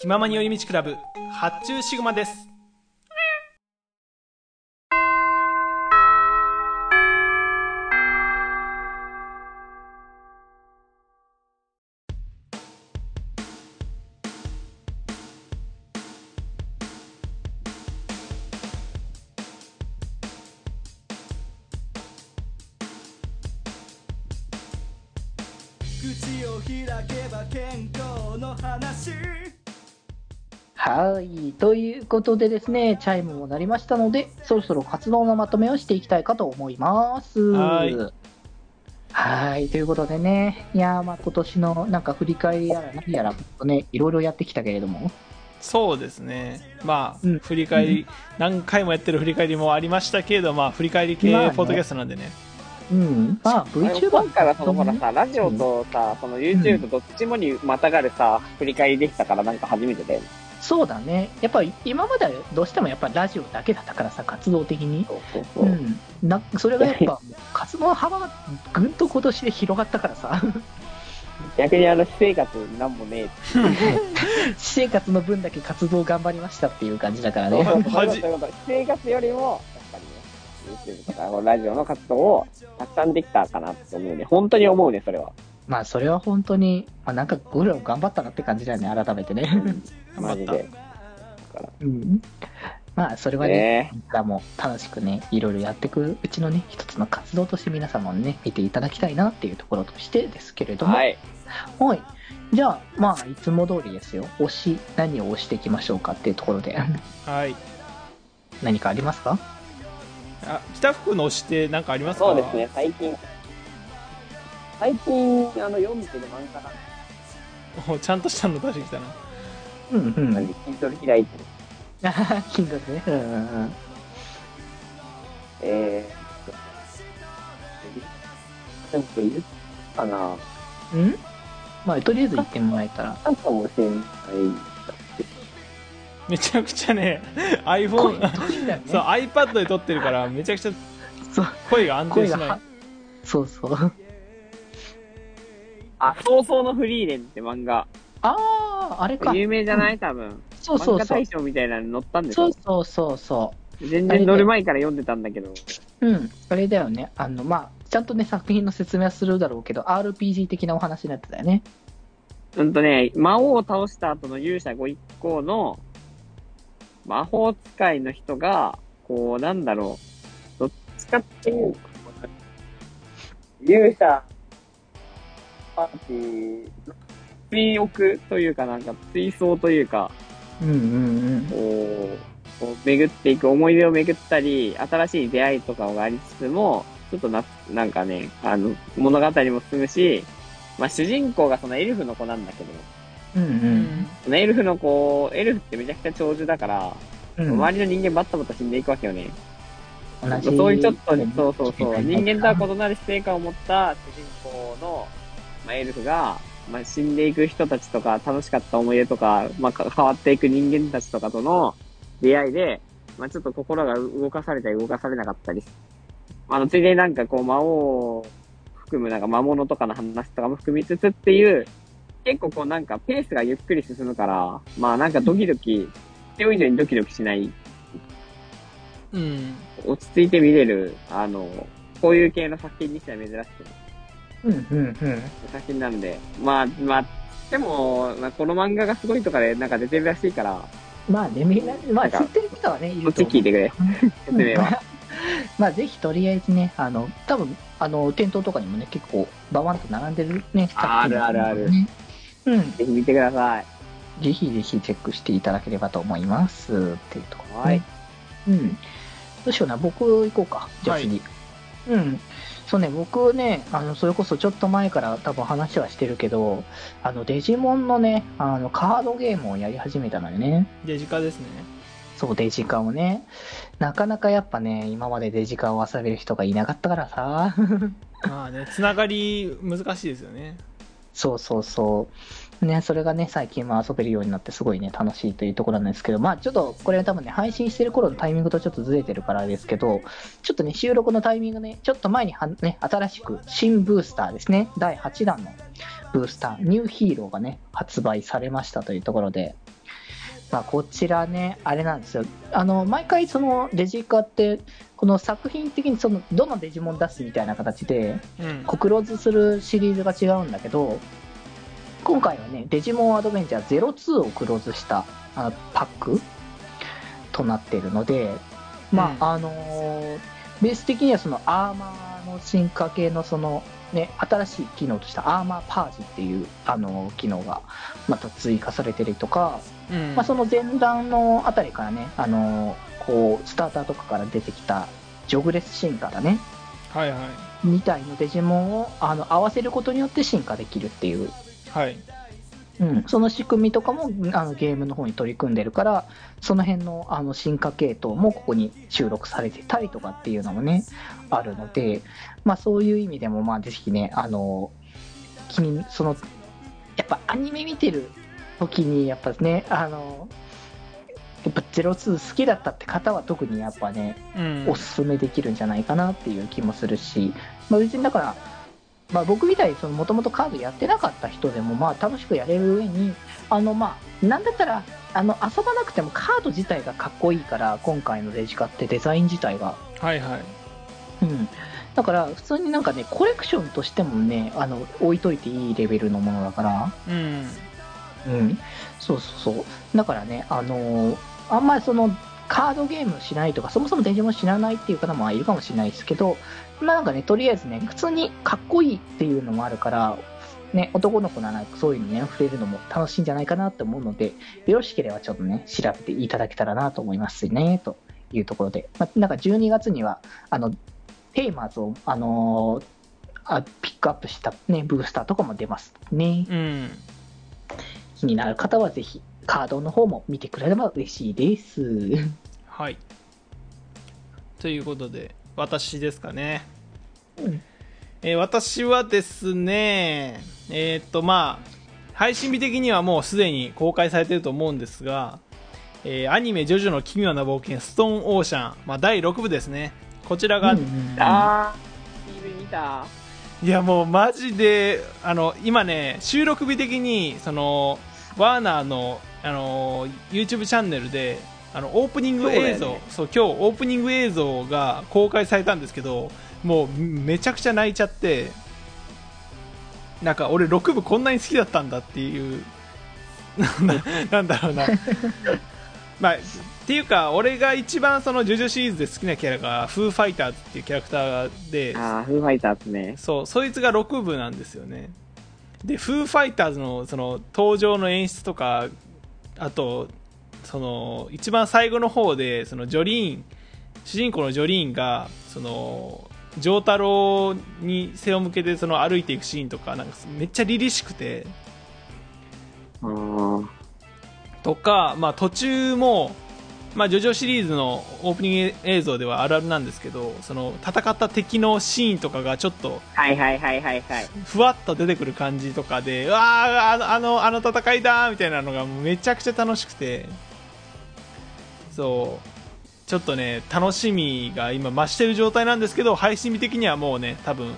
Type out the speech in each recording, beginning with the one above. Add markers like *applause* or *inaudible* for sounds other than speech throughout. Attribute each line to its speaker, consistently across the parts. Speaker 1: 気ままに寄り道クラブ発注シグマです
Speaker 2: 口を開けば健康の話
Speaker 3: はい。ということでですね、チャイムも鳴りましたので、そろそろ活動のまとめをしていきたいかと思います。
Speaker 1: はい
Speaker 3: はーい。ということでね、いやーまあ今年のなんか振り返りやら何やら、ほんとね、いろいろやってきたけれども、
Speaker 1: そうですねまあ、
Speaker 3: うん
Speaker 1: 振り返り、何回もやってる振り返りもありましたけれどまあ振り返り系ポ
Speaker 3: まあね
Speaker 1: ッドキャストなんでね,、
Speaker 3: うん。まあ
Speaker 4: あの今
Speaker 3: VTuber
Speaker 4: 回はその
Speaker 3: も
Speaker 4: ほらさ、ラジオとさ、その YouTube とどっちもにまたがるさ、振り返りできたからなんか初めてだよね。
Speaker 3: そうだね。やっぱり今まではどうしてもやっぱラジオだけだったからさ、活動的に。
Speaker 4: そうそうそうう。
Speaker 3: ん。な、それがやっぱ、活動の幅がぐんと今年で広がったからさ。 *laughs*
Speaker 4: 逆にあの、私生活なんもねえって
Speaker 3: 私生活の分だけ活動頑張りましたっていう感じだから
Speaker 4: そう
Speaker 3: ね。
Speaker 4: そうそう
Speaker 1: 恥
Speaker 4: そういうこと私生活よりも、やっぱりね、YouTube とかこうラジオの活動をたくさんできたかなって思うね。本当に思うね、それは。
Speaker 3: まあそれは本当に、まあ、なんか俺らも頑張ったなって感じだよね、改めてね。
Speaker 4: マジで。
Speaker 3: うん、 *laughs* まあそれはね、
Speaker 4: ね
Speaker 3: これからも楽しくね、いろいろやっていくうちのね、一つの活動として皆様にね、見ていただきたいなっていうところとしてですけれども、
Speaker 4: はい。
Speaker 3: はい。じゃあ、まあいつも通りですよ、推し、何を推していきましょうかっていうところで、 *laughs*
Speaker 1: はい
Speaker 3: 何かありますか
Speaker 1: あ北福の推しって何かありますか
Speaker 4: そうですね、最近。最近、あの、読んでる漫画なん
Speaker 1: おちゃんとしたの出してきたな
Speaker 3: うん *laughs* う
Speaker 4: なん
Speaker 3: ん。
Speaker 4: で、Kindle 開いてる。
Speaker 3: 金額ね。うんうんうん。
Speaker 4: えー、なんかいるかな
Speaker 3: うんまあ、とりあえず行ってもらえたら。
Speaker 4: なんかもしれない。
Speaker 1: めちゃくちゃね *laughs*
Speaker 3: これ
Speaker 1: iPhone
Speaker 3: 遠いんだよね
Speaker 1: *laughs* そう iPad で撮ってるからめちゃくちゃ
Speaker 3: そう、
Speaker 1: 声が安定
Speaker 3: 声
Speaker 1: し
Speaker 3: が
Speaker 1: ない
Speaker 3: は、そうそう。
Speaker 4: あ、早々のフリーレンって漫画。
Speaker 3: ああ、あれか。
Speaker 4: 有名じゃない多分。
Speaker 3: そうそう
Speaker 4: 漫画
Speaker 3: そう
Speaker 4: 大。賞みたいなの載ったんでし
Speaker 3: そう
Speaker 4: ょ
Speaker 3: そうそうそ
Speaker 4: 全然乗る前から読んでたんだけど。
Speaker 3: う。うん。あれだよね。あの、まあ、ちゃんとね、作品の説明はするだろうけど、RPG 的なお話になってたよね。
Speaker 4: うんとね、魔王を倒した後の勇者ご一行の、魔法使いの人が、こう、なんだろう。どっちかっていうと勇者パーティー、追憶というかなんか、追走というか、
Speaker 3: うんうん
Speaker 4: こう、こう巡っていく、思い出を巡ったり、新しい出会いとかがありつつも、ちょっとな、なんかね、あの、物語も進むし、まあ主人公がそのエルフの子なんだけど、
Speaker 3: うん。うん
Speaker 4: そのエルフの子、エルフってめちゃくちゃ長寿だから、
Speaker 3: うん。うん、
Speaker 4: 周りの人間バッタバタ死んでいくわけよね。
Speaker 3: 同じ
Speaker 4: そういうちょっと、そうそうそう、
Speaker 3: 世界
Speaker 4: 人
Speaker 3: 観
Speaker 4: 間とは異なる死生観を持った主人公の、まあ、エルフが、まあ、死んでいく人たちとか、楽しかった思い出とか、まあ、か変わっていく人間たちとかとの出会いで、まあ、ちょっと心が動かされたり動かされなかったり。あの、ついでになんかこう、魔王を含むなんか魔物とかの話とかも含みつつっていう、結構こうなんかペースがゆっくり進むから、まあなんかドキドキ、必要以上にドキドキしない
Speaker 1: うん
Speaker 4: 落ち着いて見れる、あの、こういう系の作品にしては珍しくない
Speaker 3: うんうんうん。
Speaker 4: 作品なんで、まあ、まあ、でも、まあ、この漫画がすごいとかでなんか出てるらしいから、
Speaker 3: まあね、みんな、まあ、
Speaker 4: なんか
Speaker 3: 知ってる人はね、い
Speaker 4: そ
Speaker 3: ると
Speaker 4: っち
Speaker 3: 思う
Speaker 4: 聞いてくれ、説明は。
Speaker 3: *laughs* まあぜひとりあえずね、あの、多分あの、店頭とかにもね、結構、ババンと並んでるね、
Speaker 4: あるあるある
Speaker 3: ねうん。
Speaker 4: ぜひ見てください。
Speaker 3: ぜひぜひチェックしていただければと思います。っていうところ、
Speaker 4: はい。
Speaker 3: うん。どうしような、僕行こうか。じゃあ次。うん。そうね、僕ね、あの、それこそちょっと前から多分話はしてるけど、あの、デジモンのね、あの、カードゲームをやり始めたのよね。
Speaker 1: デジカですね
Speaker 3: そう、デジカをね。なかなかやっぱね、今までデジカを遊べる人がいなかったからさ。
Speaker 1: まあねつながり難しいですよね
Speaker 3: そうそうそう。ね、それがね、最近は遊べるようになって、すごいね、楽しいというところなんですけど、まあ、ちょっと、これ多分ね、配信してる頃のタイミングとちょっとずれてるからですけど、ちょっとね、収録のタイミングね、ちょっと前には、ね、新しく、新ブースターですね、第8弾のブースター、ニューヒーローがね、発売されましたというところで、まあ、こちらね、あれなんですよ。あの、毎回そのデジカって、この作品的にその、どのデジモン出すみたいな形で、
Speaker 1: うん
Speaker 3: コクロズするシリーズが違うんだけど、今回はね、デジモンアドベンチャー02をクローズしたあパックとなっているので、まあ、あのーベース的にはそのアーマーの進化系のその、ね、新しい機能としたアーマーパージっていう、あのー機能がまた追加されてりとか、
Speaker 1: うん
Speaker 3: まあ、その前段のあたりからね、あのーこう、スターターとかから出てきたジョグレス進化だね、
Speaker 1: はいはい
Speaker 3: 2体のデジモンをあの合わせることによって進化できるっていう、
Speaker 1: はい
Speaker 3: うん、その仕組みとかもあのゲームの方に取り組んでるからその辺のあの進化系統もここに収録されてたりとかっていうのもねあるので、まあ、そういう意味でもまあぜひねあの気にそのやっぱアニメ見てる時にやっぱねあのやっぱ02好きだったって方は特にやっぱね
Speaker 1: うん
Speaker 3: おすすめできるんじゃないかなっていう気もするし、まあ、別にだから、まあ、僕みたいにもともとカードやってなかった人でもまあ楽しくやれる上にあのまあなんだったらあの遊ばなくてもカード自体がかっこいいから今回のデジカってデザイン自体が。
Speaker 1: はいはい
Speaker 3: うんだから普通になんかねコレクションとしてもねあの置いといていいレベルのものだから
Speaker 1: うん
Speaker 3: うん、そうそうそう。だからね、あのーあんまりその、カードゲームしないとか、そもそも電ジモン知らないっていう方もいるかもしれないですけど、まあなんかね、とりあえずね、普通にかっこいいっていうのもあるから、ね、男の子ならそういうのね、触れるのも楽しいんじゃないかなと思うので、よろしければちょっとね、調べていただけたらなと思いますね、というところで。まあ、なんか12月には、あの、テーマズを、あのーあピックアップしたね、ブースターとかも出ますね。
Speaker 1: うん
Speaker 3: 気になる方はぜひカードの方も見てくれれば嬉しいです。
Speaker 1: はいということで私ですかねえー私はですね、えーっとまあ、配信日的にはもうすでに公開されていると思うんですが、えーアニメ「ジョジョの奇妙な冒険ストーンオーシャン」まあ、第6部ですね、こちらが、
Speaker 3: あ
Speaker 4: あー、TV 見た。
Speaker 1: いやもうマジであの今ね、収録日的にそのワーナーのあの YouTube チャンネルであのオープニング映像、そう今日オープニング映像が公開されたんですけど、もうめちゃくちゃ泣いちゃって。なんか俺6部こんなに好きだったんだっていう *laughs* ななんだろう *laughs* なまあっていうか俺が一番そのジョジョシリーズで好きなキャラがフーファイターズっていうキャラクターで
Speaker 4: あー、フーファイターズね。
Speaker 1: そうそいつが6部なんですよねでフーファイターズのその登場の演出とかあとその一番最後の方でそのジョリーン主人公のジョリーンがその丈太郎に背を向けてその歩いていくシーンとかなんかめっちゃ凛々しくて
Speaker 4: あー
Speaker 1: とか、まあ、途中も、まあ、ジョジョシリーズのオープニング映像ではあるあるなんですけどその戦った敵のシーンとかがちょっと
Speaker 4: はいはいはいはいはい。
Speaker 1: ふわっと出てくる感じとかでうわああのあのあの戦いだーみたいなのがめちゃくちゃ楽しくてそうちょっとね楽しみが今増してる状態なんですけど配信日的にはもうね多分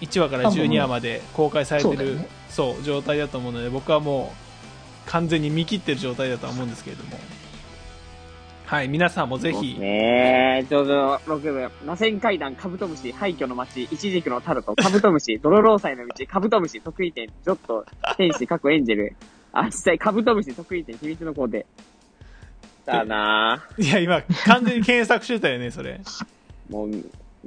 Speaker 1: 1話から12話まで公開されてる
Speaker 3: そうだよね
Speaker 1: そう,、状態だと思うので僕はもう完全に見切ってる状態だとは思うんですけれどもはい皆さんもぜ
Speaker 4: そうっ
Speaker 1: ひ
Speaker 4: すねえ、ちょうど6部。螺旋階段、カブトムシ、廃墟の街、イチジクのタルト、カブトムシ、ドロローサイの道、カブトムシ、得意点、ジョット、天使、過去エンジェル。あ、実際、カブトムシ、得意点、秘密の工程。だない
Speaker 1: や今完全に検索してたよねそれ
Speaker 4: ぁ。もう、もう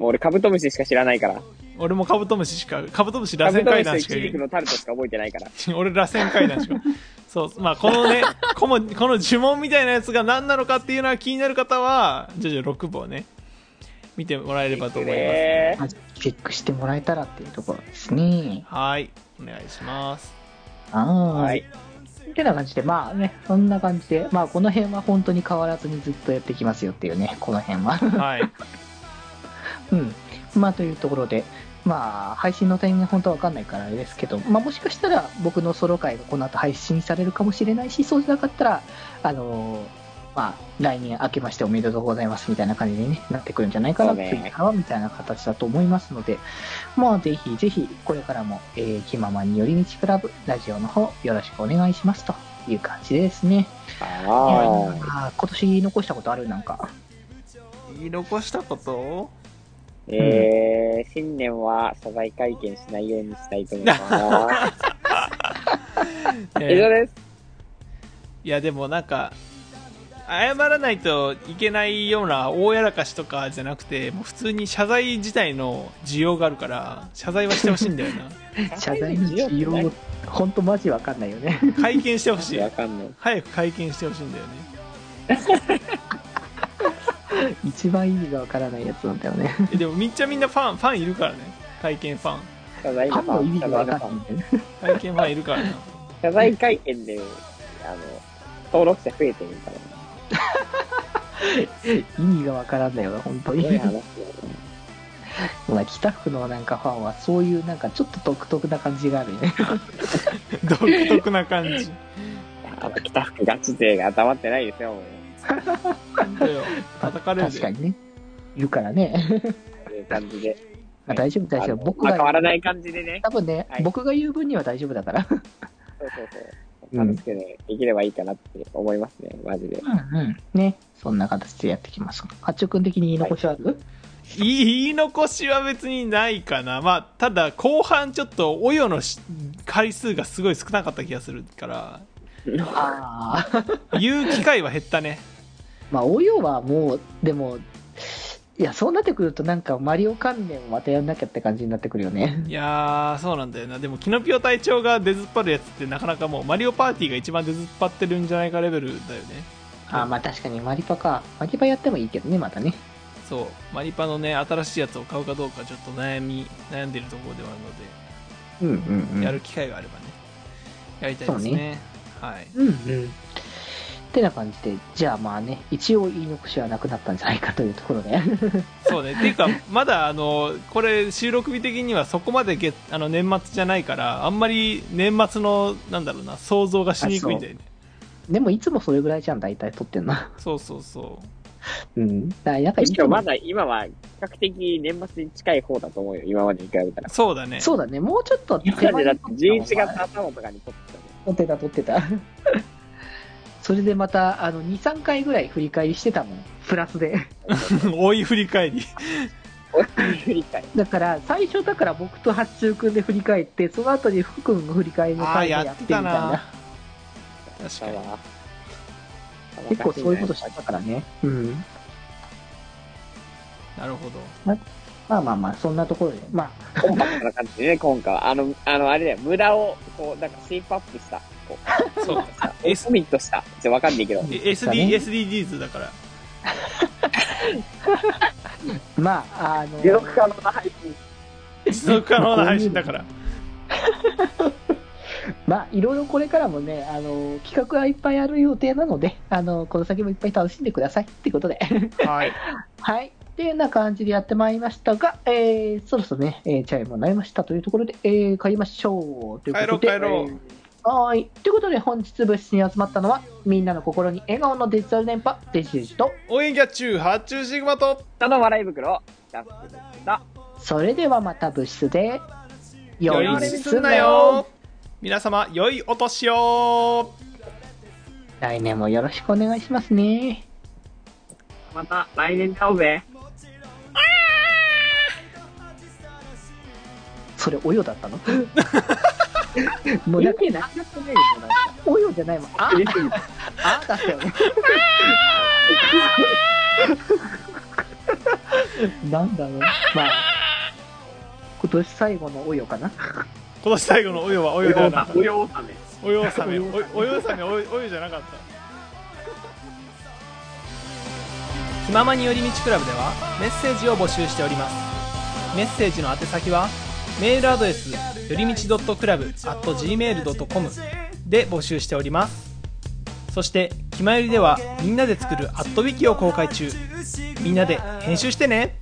Speaker 4: 俺カブトムシしか知らないから。
Speaker 1: 俺もカブトムシしかカブトムシ
Speaker 4: カ
Speaker 1: 螺
Speaker 4: ブ
Speaker 1: 旋
Speaker 4: ト
Speaker 1: 階
Speaker 4: ムシと
Speaker 1: 段
Speaker 4: イ
Speaker 1: しか
Speaker 4: チジクのタルトしか覚えてないから。
Speaker 1: *laughs* 俺螺旋階段し *laughs* かそうまあこのねこのこの呪文みたいなやつが何なのかっていうのは気になる方は徐々に6部をね見てもらえればと思います、
Speaker 4: ね
Speaker 3: チェックしてもらえたらっていうところですね。
Speaker 1: はいお願いし *laughs* ます
Speaker 3: は
Speaker 4: は
Speaker 3: ー
Speaker 4: い
Speaker 3: い。。ってな感じで、まあね、そんな感じで、まあこの辺は本当に変わらずにずっとやっていきますよっていうね、この辺は。
Speaker 1: はい
Speaker 3: うん。まあというところで、まあ配信のタイミングは本当はわかんないからあれですけど、まあもしかしたら僕のソロ回がこの後配信されるかもしれないし、そうじゃなかったら、あのーまあ来年明けましておめでとうございますみたいな感じに、ね、なってくるんじゃないかな、
Speaker 4: そうね
Speaker 3: 次からはみたいな形だと思いますので、まあぜひぜひこれからも、えー気ままに寄り道クラブラジオの方よろしくお願いしますという感じですね。
Speaker 4: ああ。
Speaker 3: あー今年残したことあるなんか。
Speaker 1: 言い残したこと
Speaker 4: えー、新年は謝罪会見しないようにしたいと思い *laughs* ます。
Speaker 1: え
Speaker 4: 以上
Speaker 1: ー
Speaker 4: です。
Speaker 1: いやでもなんか謝らないといけないような大やらかしとかじゃなくてもう普通に謝罪自体の需要があるから謝罪はしてほしいんだよ *laughs* な
Speaker 3: 謝罪の需要、ほんとマジわかんないよね。
Speaker 1: 会見してほしい
Speaker 4: わかんない。
Speaker 1: 早く会見してほしいんだよね
Speaker 3: 一番意味がわからないやつなんだよね。
Speaker 1: えでもみっちゃんみんなファンファンいるからね会見ファン
Speaker 4: 謝罪
Speaker 3: パンの意味
Speaker 4: 謝
Speaker 3: が
Speaker 4: 罪
Speaker 3: わ
Speaker 4: の
Speaker 3: かんない
Speaker 4: ファン
Speaker 3: んだよね。
Speaker 1: 会見ファンいるからな
Speaker 4: 謝罪会見で、あの、登録者増えてるから、
Speaker 3: 意味がわからんだよな、本当
Speaker 4: す
Speaker 3: に
Speaker 4: ご。い話だよね。
Speaker 3: まあ、北福のなんかファンは、そういうなんかちょっと独特な感じがあるよね。
Speaker 1: *laughs* 独特な感じ
Speaker 4: あの、北福ガチ勢が黙ってないですよ、もう。
Speaker 1: 本当よ叩かれる
Speaker 3: 確か
Speaker 1: で
Speaker 3: にね。いるからね。
Speaker 4: そういう感じで。
Speaker 3: まあ大丈夫、大丈
Speaker 4: あの
Speaker 3: 夫。僕
Speaker 4: まあ、変わ
Speaker 3: が、
Speaker 4: らない感じでね。
Speaker 3: 多分ね、
Speaker 4: はい
Speaker 3: 僕が言う分には大丈夫だから。
Speaker 4: そうそうそう。
Speaker 3: うん
Speaker 4: 楽しくね、できればいいかなって思いますね、マジで。
Speaker 3: うんうん。ね。そんな形でやってきました。八丁君的に言い残しはある、
Speaker 1: 言い残しは別にないかなまあただ後半ちょっとおよのし回数がすごい少なかった気がするから
Speaker 3: ああ。
Speaker 1: 言う機会は減ったね
Speaker 3: まあ、およはもう、でも、いや、そうなってくるとなんかマリオ関連をまたやんなきゃって感じになってくるよね。
Speaker 1: いやーそうなんだよなでもキノピオ隊長が出ずっぱるやつってなかなかもうマリオパーティーが一番出ずっぱってるんじゃないかレベルだよね
Speaker 3: ああ、まあ確かにマリパか。マリパやってもいいけどね、またね。
Speaker 1: そうマリパのね新しいやつを買うかどうかちょっと悩み悩んでるところではあるので
Speaker 3: うんうんうん。
Speaker 1: やる機会があればね、やりたいですね
Speaker 3: そう
Speaker 1: はい
Speaker 3: うんうん。ってな感じで、じゃあまあね、一応言い残しはなくなったんじゃないかというところで。 *laughs*
Speaker 1: そうねっていうか *laughs* まだあのこれ収録日的にはそこまで月あの年末じゃないからあんまり年末のなんだろうな想像がしにくいんだよね
Speaker 3: でもいつもそれぐらいじゃん、大体撮ってんな。
Speaker 1: そうそうそう
Speaker 3: うん。だからなんか
Speaker 4: む
Speaker 3: い
Speaker 4: し
Speaker 3: つ
Speaker 4: ろ
Speaker 3: も
Speaker 4: まだ今は比較的年末に近い方だと思うよ、今までに比べたら。
Speaker 1: そうだね
Speaker 3: そうだね、もうちょっと
Speaker 4: 今までだって11
Speaker 3: に撮
Speaker 4: 月
Speaker 3: ったもん
Speaker 4: 頭とかに撮ってたね。
Speaker 3: 撮ってた、撮ってた。 *laughs* それでまた、あの、2、3回ぐらい振り返りしてたもん。プラスで。
Speaker 1: *laughs* 追い振り返り
Speaker 4: 振り返り
Speaker 3: だから、最初だから僕と八中君で振り返って、その後に福君の振り返りの
Speaker 1: ああ
Speaker 3: 回を
Speaker 1: や
Speaker 3: やっ
Speaker 1: ってて
Speaker 3: みた
Speaker 1: た
Speaker 3: いな。
Speaker 1: な確
Speaker 4: た
Speaker 1: かに
Speaker 4: わ。
Speaker 3: 結構そういうことしてたからね。うん。
Speaker 1: なるほど
Speaker 3: まあまあまあ、そんなところで。まあ、
Speaker 4: コンパクトな感じでね、今回は。あの、あの、あれだよ、無駄を、こう、なんかシェイプアップした。こう、
Speaker 1: そう
Speaker 4: コミットした。ちょっとわか *laughs* んないけど。
Speaker 1: え SD SDGs だから
Speaker 3: まあ、あの
Speaker 4: 持続可能な配信。
Speaker 1: 持続可能な配信だから
Speaker 3: まあ、いろいろこれからもね、あの企画はいっぱいある予定なので、 *laughs* あのこの先もいっぱい楽しんでくださいってことで。 *laughs*
Speaker 1: はい
Speaker 3: はい。っていうような感じでやってまいりましたが、えー、そろそろね、えー、チャイムもなりましたというところで、えー、帰りましょう。ということで。
Speaker 1: 帰ろう帰ろ
Speaker 3: はーい。ということで、本日物質に集まったのは、みんなの心に笑顔のデジタル電波、デジデジと、
Speaker 1: 応援キャッチュー発注シグマと
Speaker 4: ただ笑い袋を出すでした。
Speaker 3: それではまた物質で、
Speaker 1: よ
Speaker 4: い
Speaker 1: り
Speaker 4: し
Speaker 1: すんなよ皆様良いお年を
Speaker 3: 来年もよろしくお願いしますね。
Speaker 4: また来年会おうぜ。 *laughs*
Speaker 3: それおよだったのもうなんか
Speaker 4: けなくなってねえよ、
Speaker 3: およじゃないもんあ
Speaker 4: 入れすぎ
Speaker 3: あだったよねなんだろうまあ今年最後のおよかな
Speaker 1: 今年最後のおよはおよではなかった
Speaker 4: *laughs* 無料納め。
Speaker 1: およ納めおおよ納めおよおよじゃなかった気ままに寄り道クラブではメッセージを募集しておりますメッセージの宛先はメールアドレスよりみち .club.gmail.com で募集しておりますそして「きまより」ではみんなで作る「アットウィキを公開中みんなで編集してね